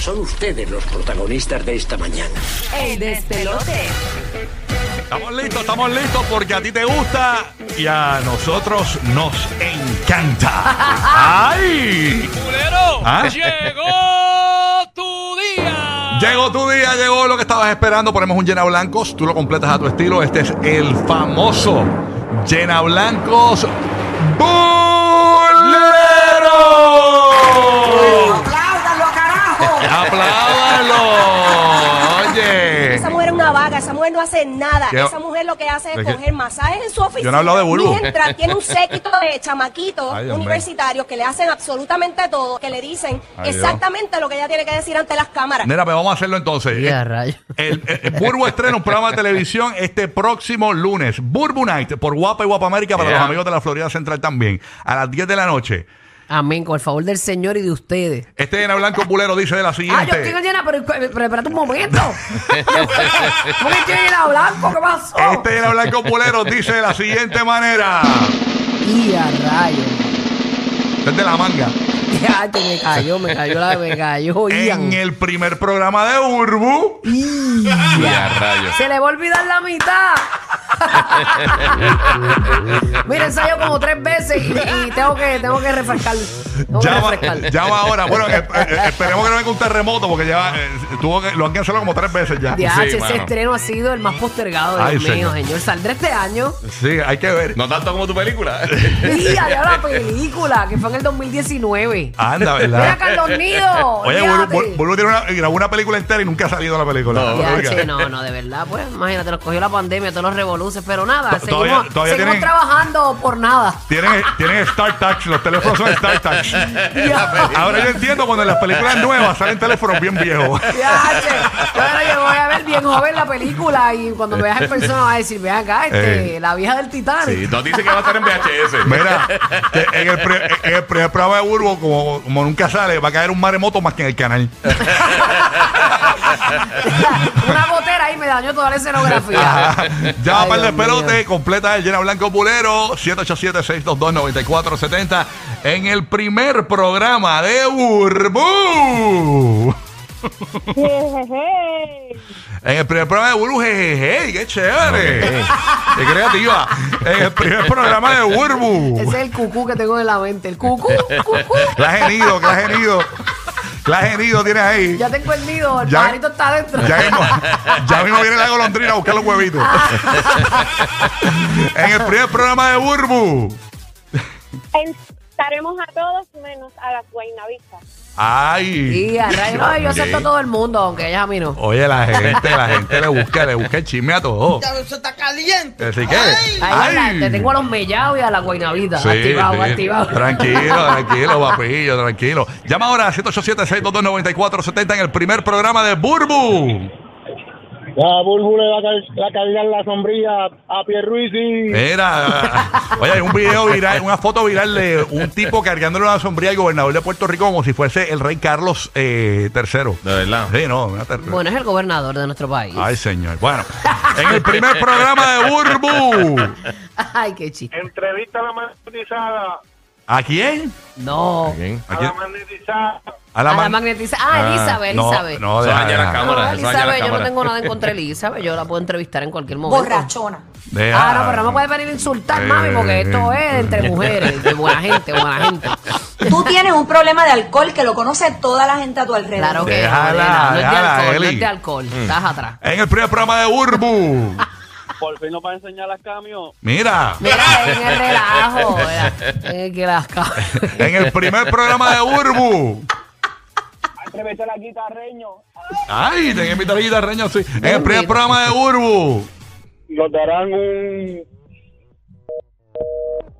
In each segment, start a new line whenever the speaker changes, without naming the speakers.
Son ustedes los protagonistas de esta mañana.
El despelote.
Estamos listos, estamos listos porque a ti te gusta y a nosotros nos encanta. ¡Ay!
¡Culero!
¿Ah?
¡Llegó tu día!
Llegó tu día, llegó lo que estabas esperando. Ponemos un llena blancos, tú lo completas a tu estilo. Este es el famoso llena blancos bulero.
¡Apláudanlo, carajo!
¡Apláudalo! Oye.
Esa mujer es una vaga, esa mujer no hace nada.
Yo-
Esa mujer lo que hace
Es
es
que-
coger masajes en su oficina.
Yo no he hablado de Bulbo.
Mientras tiene un séquito de chamaquitos
Ay, Dios mío.
universitarios que le hacen absolutamente todo, que le dicen
Ay, Dios.
exactamente lo que ella tiene que decir ante las cámaras.
Nena, pues vamos a hacerlo entonces.
Ya, rayo.
El, el Burbu estrena un programa de televisión este próximo lunes. Burbu Night por Guapa y Guapa América para
Yeah.
los amigos de la Florida Central también. A las 10 de la noche.
Amén, con el favor del Señor y de ustedes.
Este llena blanco bulero dice de la
Ah, yo estoy
siguiente.
llena, pero, pero espérate un momento. ¿Por qué estoy llena blanco? ¿Qué pasó?
Este llena blanco bulero dice de la siguiente manera.
Y a rayo.
Desde la manga.
Ya, que me cayó, me cayó, la, me cayó. Ian.
En el primer programa de Burbu.
Se le va a olvidar la mitad. Mira, ensayo como tres veces y, y tengo que, tengo que refrescar. Tengo
Llama,
que refrescar.
llama ahora. Bueno, eh, eh, esperemos que no venga un terremoto porque ya eh, tuvo que- lo han cancelado como tres veces ya.
Ya,
Sí,
ese
mano.
estreno ha sido el más postergado, Dios
Ay,
mío,
señor.
señor. Saldrá este año.
Sí, hay que ver.
No tanto como tu película.
Día de la película, que fue en el 2019.
Anda,
Mira,
¿verdad?
Carlos Nido.
Ah, Oye, Bulu- Bulu Bulu tiene una- grabó una película entera y nunca ha salido la película.
No.
Oiga.
Ya, che, no, no, de verdad, pues imagínate, nos cogió la pandemia, todos los revoluces, pero nada,
To-
seguimos,
todavía- todavía
seguimos
tienen-
trabajando por nada.
Tienen, tienen Star Tax, los teléfonos son Star Tax.
Ya,
Ahora yo entiendo cuando en las películas nuevas salen teléfonos bien viejos.
ya, che. Yo ahora yo voy a ver bien joven la película y cuando me veas en persona vas a decir, vean acá, este,
Eh.
la vieja del Titanic.
Sí, nos dice que va a estar en VHS.
Mira, que en el, pri- en el primer programa de Burbo, como, como nunca sale, va a caer un maremoto más que en el canal.
Una gotera ahí me dañó toda la escenografía.
ya
Ay,
para
Dios
el despelote, completa el llena blanco pulero, 787-622-9470, en el primer programa de Burbu. En el primer programa de Burbu, jejeje, qué chévere. Qué creativa. En el primer programa de Burbu.
Ese es el cucú que tengo en la mente. El cucú, cucú.
Que la has genido, que la has genido. Que la has genido tienes ahí.
Ya tengo el nido, el
Ya-
pajarito está dentro.
Ya mismo, ya mismo viene la golondrina a buscar los huevitos. en el primer programa de Burbu.
Estaremos a todos menos a las guainavistas.
Ay.
Y a rayos, no, yo acepto a todo el mundo, aunque ella a mí no.
Oye, la gente, la gente le busca, le busca el chisme a todos.
Ya, Eso está caliente.
Así que.
Ahí la- te tengo a los mellados y a la guainavita.
Sí,
activado,
sí.
activado.
Tranquilo, tranquilo, papillo, tranquilo. Llama ahora a 787-622-9470 en el primer programa de Burbu.
La búlbula va a cal- va a cargar la sombrilla a Pierruisi.
Eh. Mira, oye, hay un video viral, una foto viral de un tipo cargándole una sombrilla al gobernador de Puerto Rico como si fuese el rey Carlos eh, III.
De verdad.
Sí, no, una ter-
Bueno, es el gobernador de nuestro país.
Ay, señor. Bueno, en el primer programa de Burbu.
Ay, qué chiste.
Entrevista a la magnetizada.
¿A quién?
No.
¿A,
A
quién?
la magnetizada.
A
A la
man-
magnetiza. Ah, Elizabeth,
no,
Elizabeth.
No,
Eso
deja,
daña
deja,
las cámaras.
No,
eso daña las
Elizabeth, yo no
cámaras.
tengo nada en contra de Elizabeth. Yo la puedo entrevistar en cualquier momento.
Borrachona.
deja.
Ah, no, pero no me puede venir a insultar,
Eh.
mami, porque esto es entre mujeres, de buena gente, buena gente.
Tú tienes un problema de alcohol que lo conoce toda la gente a tu alrededor.
Claro que
Déjala,
no, nena, no es de
déjala,
alcohol, no
Eli. Mm.
es de alcohol. Estás atrás.
En el primer programa de Burbu.
Por fin nos va a enseñar las cambios.
Mira.
Mira, en el relajo. mira, eh, que las ca-
En el primer programa de Burbu.
Entrevista a la guitarreño.
Ay, tengo que invitar a guitarreño, sí. En el
Bendito.
primer programa de Burbu.
Nos darán un.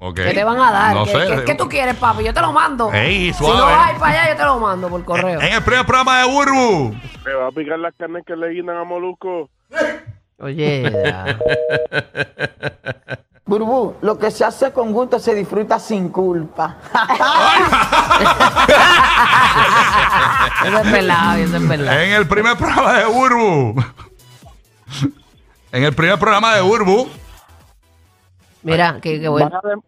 Okay.
¿Qué te van a dar?
No
¿Qué,
sé.
qué- qué tú quieres, papi? Yo te lo mando.
Ey,
si
suave. Eh,
no vas a ir para allá, yo te lo mando por correo.
En el primer programa de Burbu.
Me va a picar las carnes que le guindan a Molusco.
Oye, ya.
Burbu, lo que se hace con gusto se disfruta sin culpa.
eso es verdad, eso es verdad.
En el primer programa de Burbu. En el primer programa de Burbu.
Mira, qué, qué bueno.
Van a, de-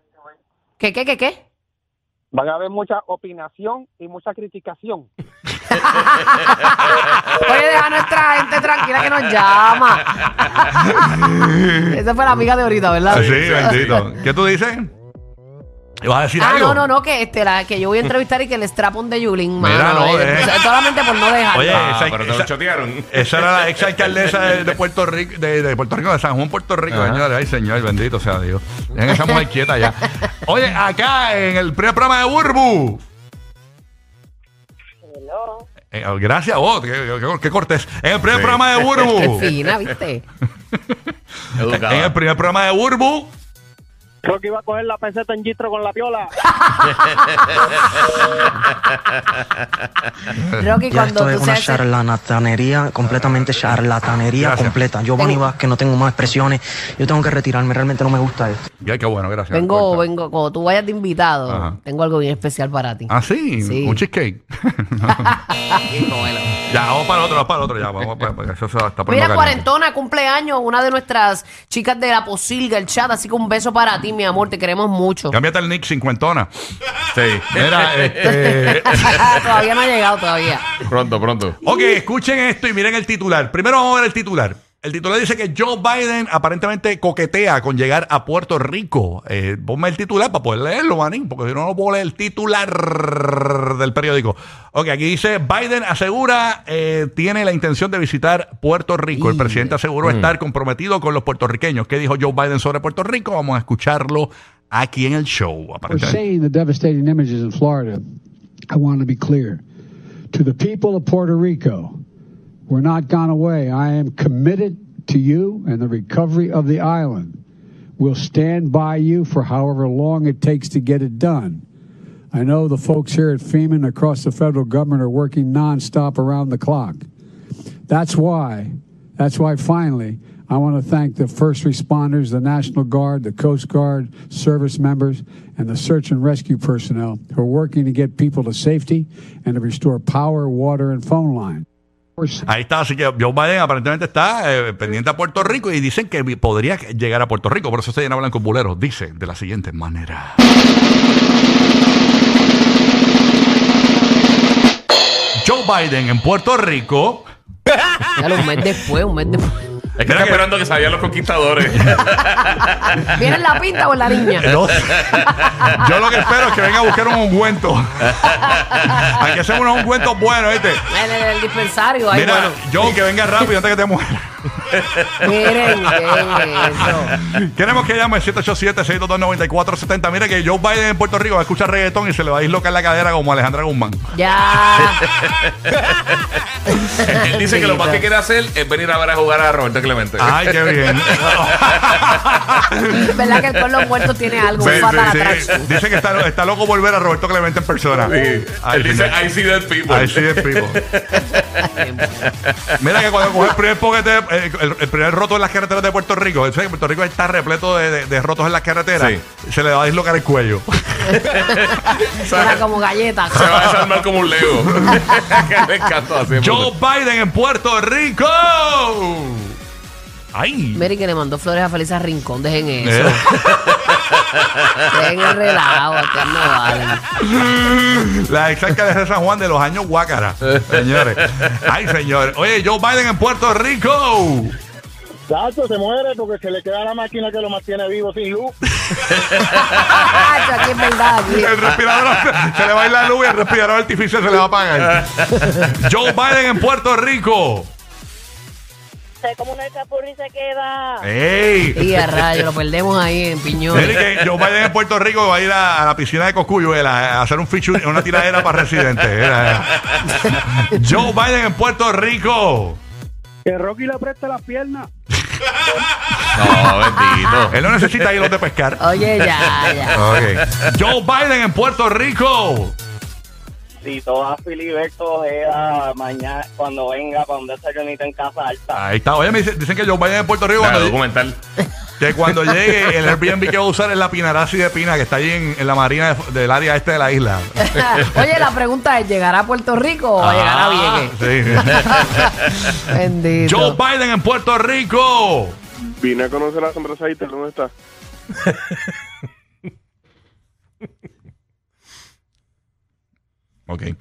¿Qué, qué, qué, qué?
Van a haber mucha opinación y mucha criticación.
Oye, deja a nuestra gente tranquila que nos llama. Esa fue la amiga de ahorita, ¿verdad?
Sí, bendito. ¿Qué tú dices? ¿Vas a decir
Ah, no,
algo?
no, no, que, este, la, que yo voy a entrevistar y que el strapón de Yulín, mano.
Mira, no,
eh,
eh.
Solamente por no dejar.
Oye,
Ah,
esa,
pero te lo
esa-
chotearon.
esa era la ex alcaldesa de, de Puerto Rico, de, de Puerto Rico, de San Juan, Puerto Rico,
Ajá.
señores. Ay, señor, bendito sea Dios. Dejen esa mujer quieta ya. Oye, acá en el primer programa de Burbu.
Hello.
Eh, oh, gracias a vos, qué, qué- qué cortés. En el primer
Sí.
programa de
Qué
Burbu.
fina, ¿viste?
Educada.
En el primer programa de Burbu.
Creo que iba a coger la peseta en Gistro con la piola.
Rocky, cuando
Ya esto es
tú
una
seas...
charlatanería, completamente charlatanería
Gracias.
completa. Yo, Bonnie Vázquez, no tengo más expresiones. Yo tengo que retirarme, realmente no me gusta esto.
Ya, qué bueno, gracias.
Vengo,
Corta.
vengo, cuando tú vayas de invitado,
Ajá.
tengo algo bien especial para ti.
Ah, sí,
Sí.
un cheesecake. ya, vamos para el otro, vamos para el otro, ya, vamos para, para- eso se está poniendo
Mira,
caliente.
cuarentona, cumpleaños, una de nuestras chicas de la posilga, el chat, así que un beso para ti, mi amor, te queremos mucho.
Cámbiate el nick cincuentona.
Sí.
Mira, este.
todavía no ha llegado, todavía.
Pronto, pronto.
Ok, escuchen esto y miren el titular. Primero vamos a ver el titular. El titular dice que Joe Biden aparentemente coquetea con llegar a Puerto Rico. Eh, ponme el titular para poder leerlo, manín, porque si no, no puedo leer el titular del periódico. Ok, aquí dice, Biden asegura eh, tiene la intención de visitar Puerto Rico. El presidente aseguró estar comprometido con los puertorriqueños. ¿Qué dijo Joe Biden sobre Puerto Rico? Vamos a escucharlo aquí en el show. aparentemente.
the devastating images in Florida, I want to be clear. To the people of Puerto Rico, we're not gone away. I am committed to you and the recovery of the island. We'll stand by you for however long it takes to get it done. I know the folks here at FEMA and across the federal government are working nonstop around the clock. That's why, that's why finally, I want to thank the first responders, the National Guard, the Coast Guard, service members, and the search and rescue personnel who are working to get people to safety and to restore power, water, and phone lines.
Ahí está, así que Joe Biden aparentemente está eh, pendiente a Puerto Rico y dicen que vi- podría llegar a Puerto Rico, por eso se llena Blanco Bulero. Dice de la siguiente manera. Joe Biden en Puerto Rico.
Ya lo, un mes después, un mes después.
Es que está esperando que salgan los conquistadores.
¿Viene en la pinta o en la niña?
No sé. Yo lo que espero es que venga a buscar un ungüento. Hay que hacer unos ungüentos buenos, ¿viste?
En el, el dispensario, ahí
Mira,
bueno.
Joe, que venga rápido antes que te muera.
Miren, ¿qué es eso?
Queremos que llame 787-622-9470. Mira que Joe Biden en Puerto Rico va a escuchar reggaetón y se le va a dislocar la cadera como Alejandra Guzmán.
Ya.
Él dice que lo más que quiere hacer es venir a ver a jugar a Roberto Clemente.
Ay, qué bien.
¿Verdad que el pueblo muerto tiene algo?
Sí,
un fatal
sí, sí.
atracción.
Dice que está, está loco volver a Roberto Clemente en persona.
Sí.
Ay,
Él dice,
señor.
I see dead people.
Ay, sí, explico. Mira que cuando coge el primer poquete, eh, el, el primer roto en las carreteras de Puerto Rico, el Puerto Rico está repleto de, de- de rotos en las carreteras, se le va a dislocar el cuello.
Suena como galleta.
Se va a desarmar como un Lego. que le encantó así.
Joe Biden en Puerto Rico. Ay.
Mary que le mandó flores a Felisa Rincón, dejen eso.
Eh.
Dejen el relajo, que no valen.
La exacta de San Juan de los años Guácara. Señores. Ay, señor. Oye, Joe Biden en Puerto Rico.
Sacho se muere porque se le queda la máquina que lo mantiene vivo sin luz.
Chacho, aquí es verdad, aquí.
El respirador se le va a ir la luz y el respirador artificial se le va a apagar. Joe Biden en Puerto Rico.
Sé como una capurri se queda.
¡Ey!
Y a rayo, lo perdemos ahí en
Mire
piñones.
que Joe Biden en Puerto Rico va a ir a, a la piscina de Cocuyo era, a hacer un feature, una tiradera para residentes. era. Joe Biden en Puerto Rico.
Que Rocky le preste las piernas.
No, bendito.
Él no necesita hilos de pescar.
Oye, ya, ya.
Ok. Joe Biden en Puerto Rico.
Si toda Filiberto Ojeda mañana cuando venga para un desayunito en Casa
Ah,
Alta.
Ahí está. Oye, me dicen, dicen que Joe Biden en Puerto Rico.
Nada,
cuando-
documental.
Que cuando llegue, el Airbnb que va a usar es la Pinarasi de Pina, que está ahí en, en la marina de- del área este de la isla.
Oye, la pregunta es, ¿llegará a Puerto Rico
Ah.
o llegará Eh, a Vieques?
Sí.
Bendito.
Joe Biden en Puerto Rico.
Vine a conocer a Sandra Saiter, ¿dónde está?
Ok. Y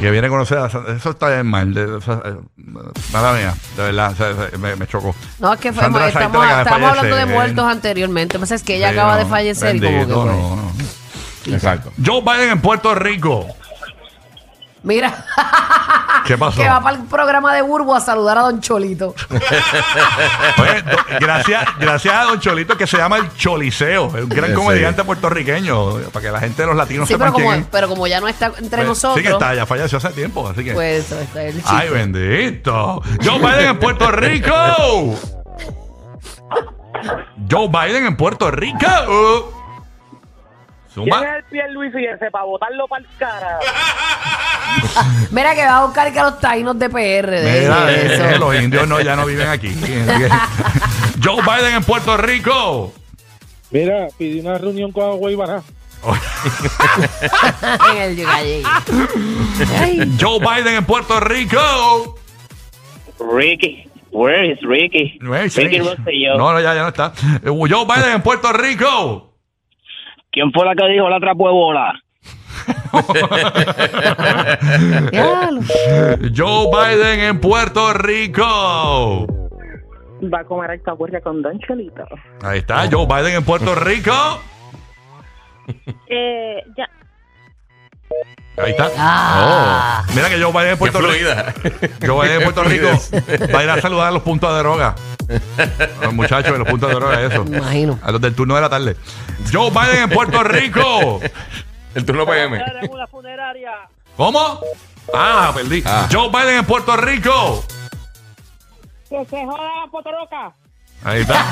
que viene a conocer a Sandra. Eso está bien mal. De, o sea, eh, mala mía, de verdad. o sea, eh, me, me chocó.
No, es que fue-
Sandra Saito
estamos,
acaba de
estamos hablando de
fallecer.
muertos anteriormente. Pues es que ella
Sí,
acaba
no,
de fallecer y
bendito,
como que. pues,
no, no.
Exacto.
Joe Biden en Puerto Rico.
Mira,
¿Qué pasó?
que Ah, va para el programa de Burbo a saludar a Don Cholito.
Oye, do- gracias, gracias a Don Cholito que se llama el Choliseo, es un gran
Sí,
comediante puertorriqueño, para que la gente de los latinos
sí,
sepan
pero como,
quién es.
pero como ya no está entre
Pues,
nosotros,
Sí que está, ya falleció hace tiempo, así que.
pues está el chiste.
¡Ay, bendito! ¡Joe Biden en Puerto Rico! ¡Joe Biden en Puerto Rico!
¿Quién
Zumba.
es el piel Luis y ese para botarlo para el cara?
Mira que va a buscar que a los taínos de PR. de-
Mira,
de eso.
eh, los indios no, ya no viven aquí. Joe Biden en Puerto Rico.
Mira, pidí una reunión con Agua y Bará.
en el Yugayi.
Joe Biden en Puerto Rico.
Ricky, where is Ricky?
No, es-
Ricky Rosselló.
No, no, ya, ya no está. Eh, Joe Biden en Puerto Rico.
¿Quién fue la que dijo la trapo de bola?
Joe Biden en Puerto Rico.
Va a comer alcahuerga con Don Cholito.
Ahí está, Joe Biden en Puerto Rico.
Eh, ya.
Ahí está.
Ah.
Oh. Mira que Joe Biden en Puerto
Qué
Rico.
fluida.
Joe Biden en Puerto
Qué
Rico
fluidez.
va a ir a saludar a los puntos de droga. A los muchachos de los puntos de droga, eso.
Me imagino.
A los del turno de la tarde. Joe Biden en Puerto Rico.
El turno PM.
una funeraria.
¿Cómo? Ah, perdí.
Ah.
Joe Biden en Puerto Rico.
Que se joda la potoroca.
Ahí está.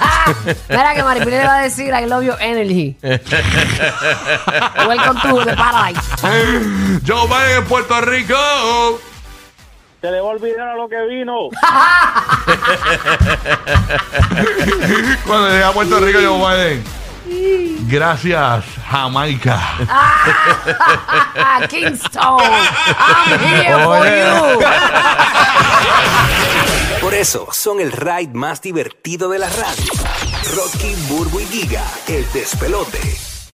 Mira que Maripili le va a decir I love your energy. Welcome to the paradise.
Joe Biden en Puerto Rico.
Se le va a olvidar a lo que vino.
Cuando llegué a Puerto Rico, Joe Biden. Gracias, Jamaica.
Ah, Kingston, I'm here for
Oye.
you.
Por eso son el ride más divertido de la radio. Rocky, Burbu y Giga, el despelote.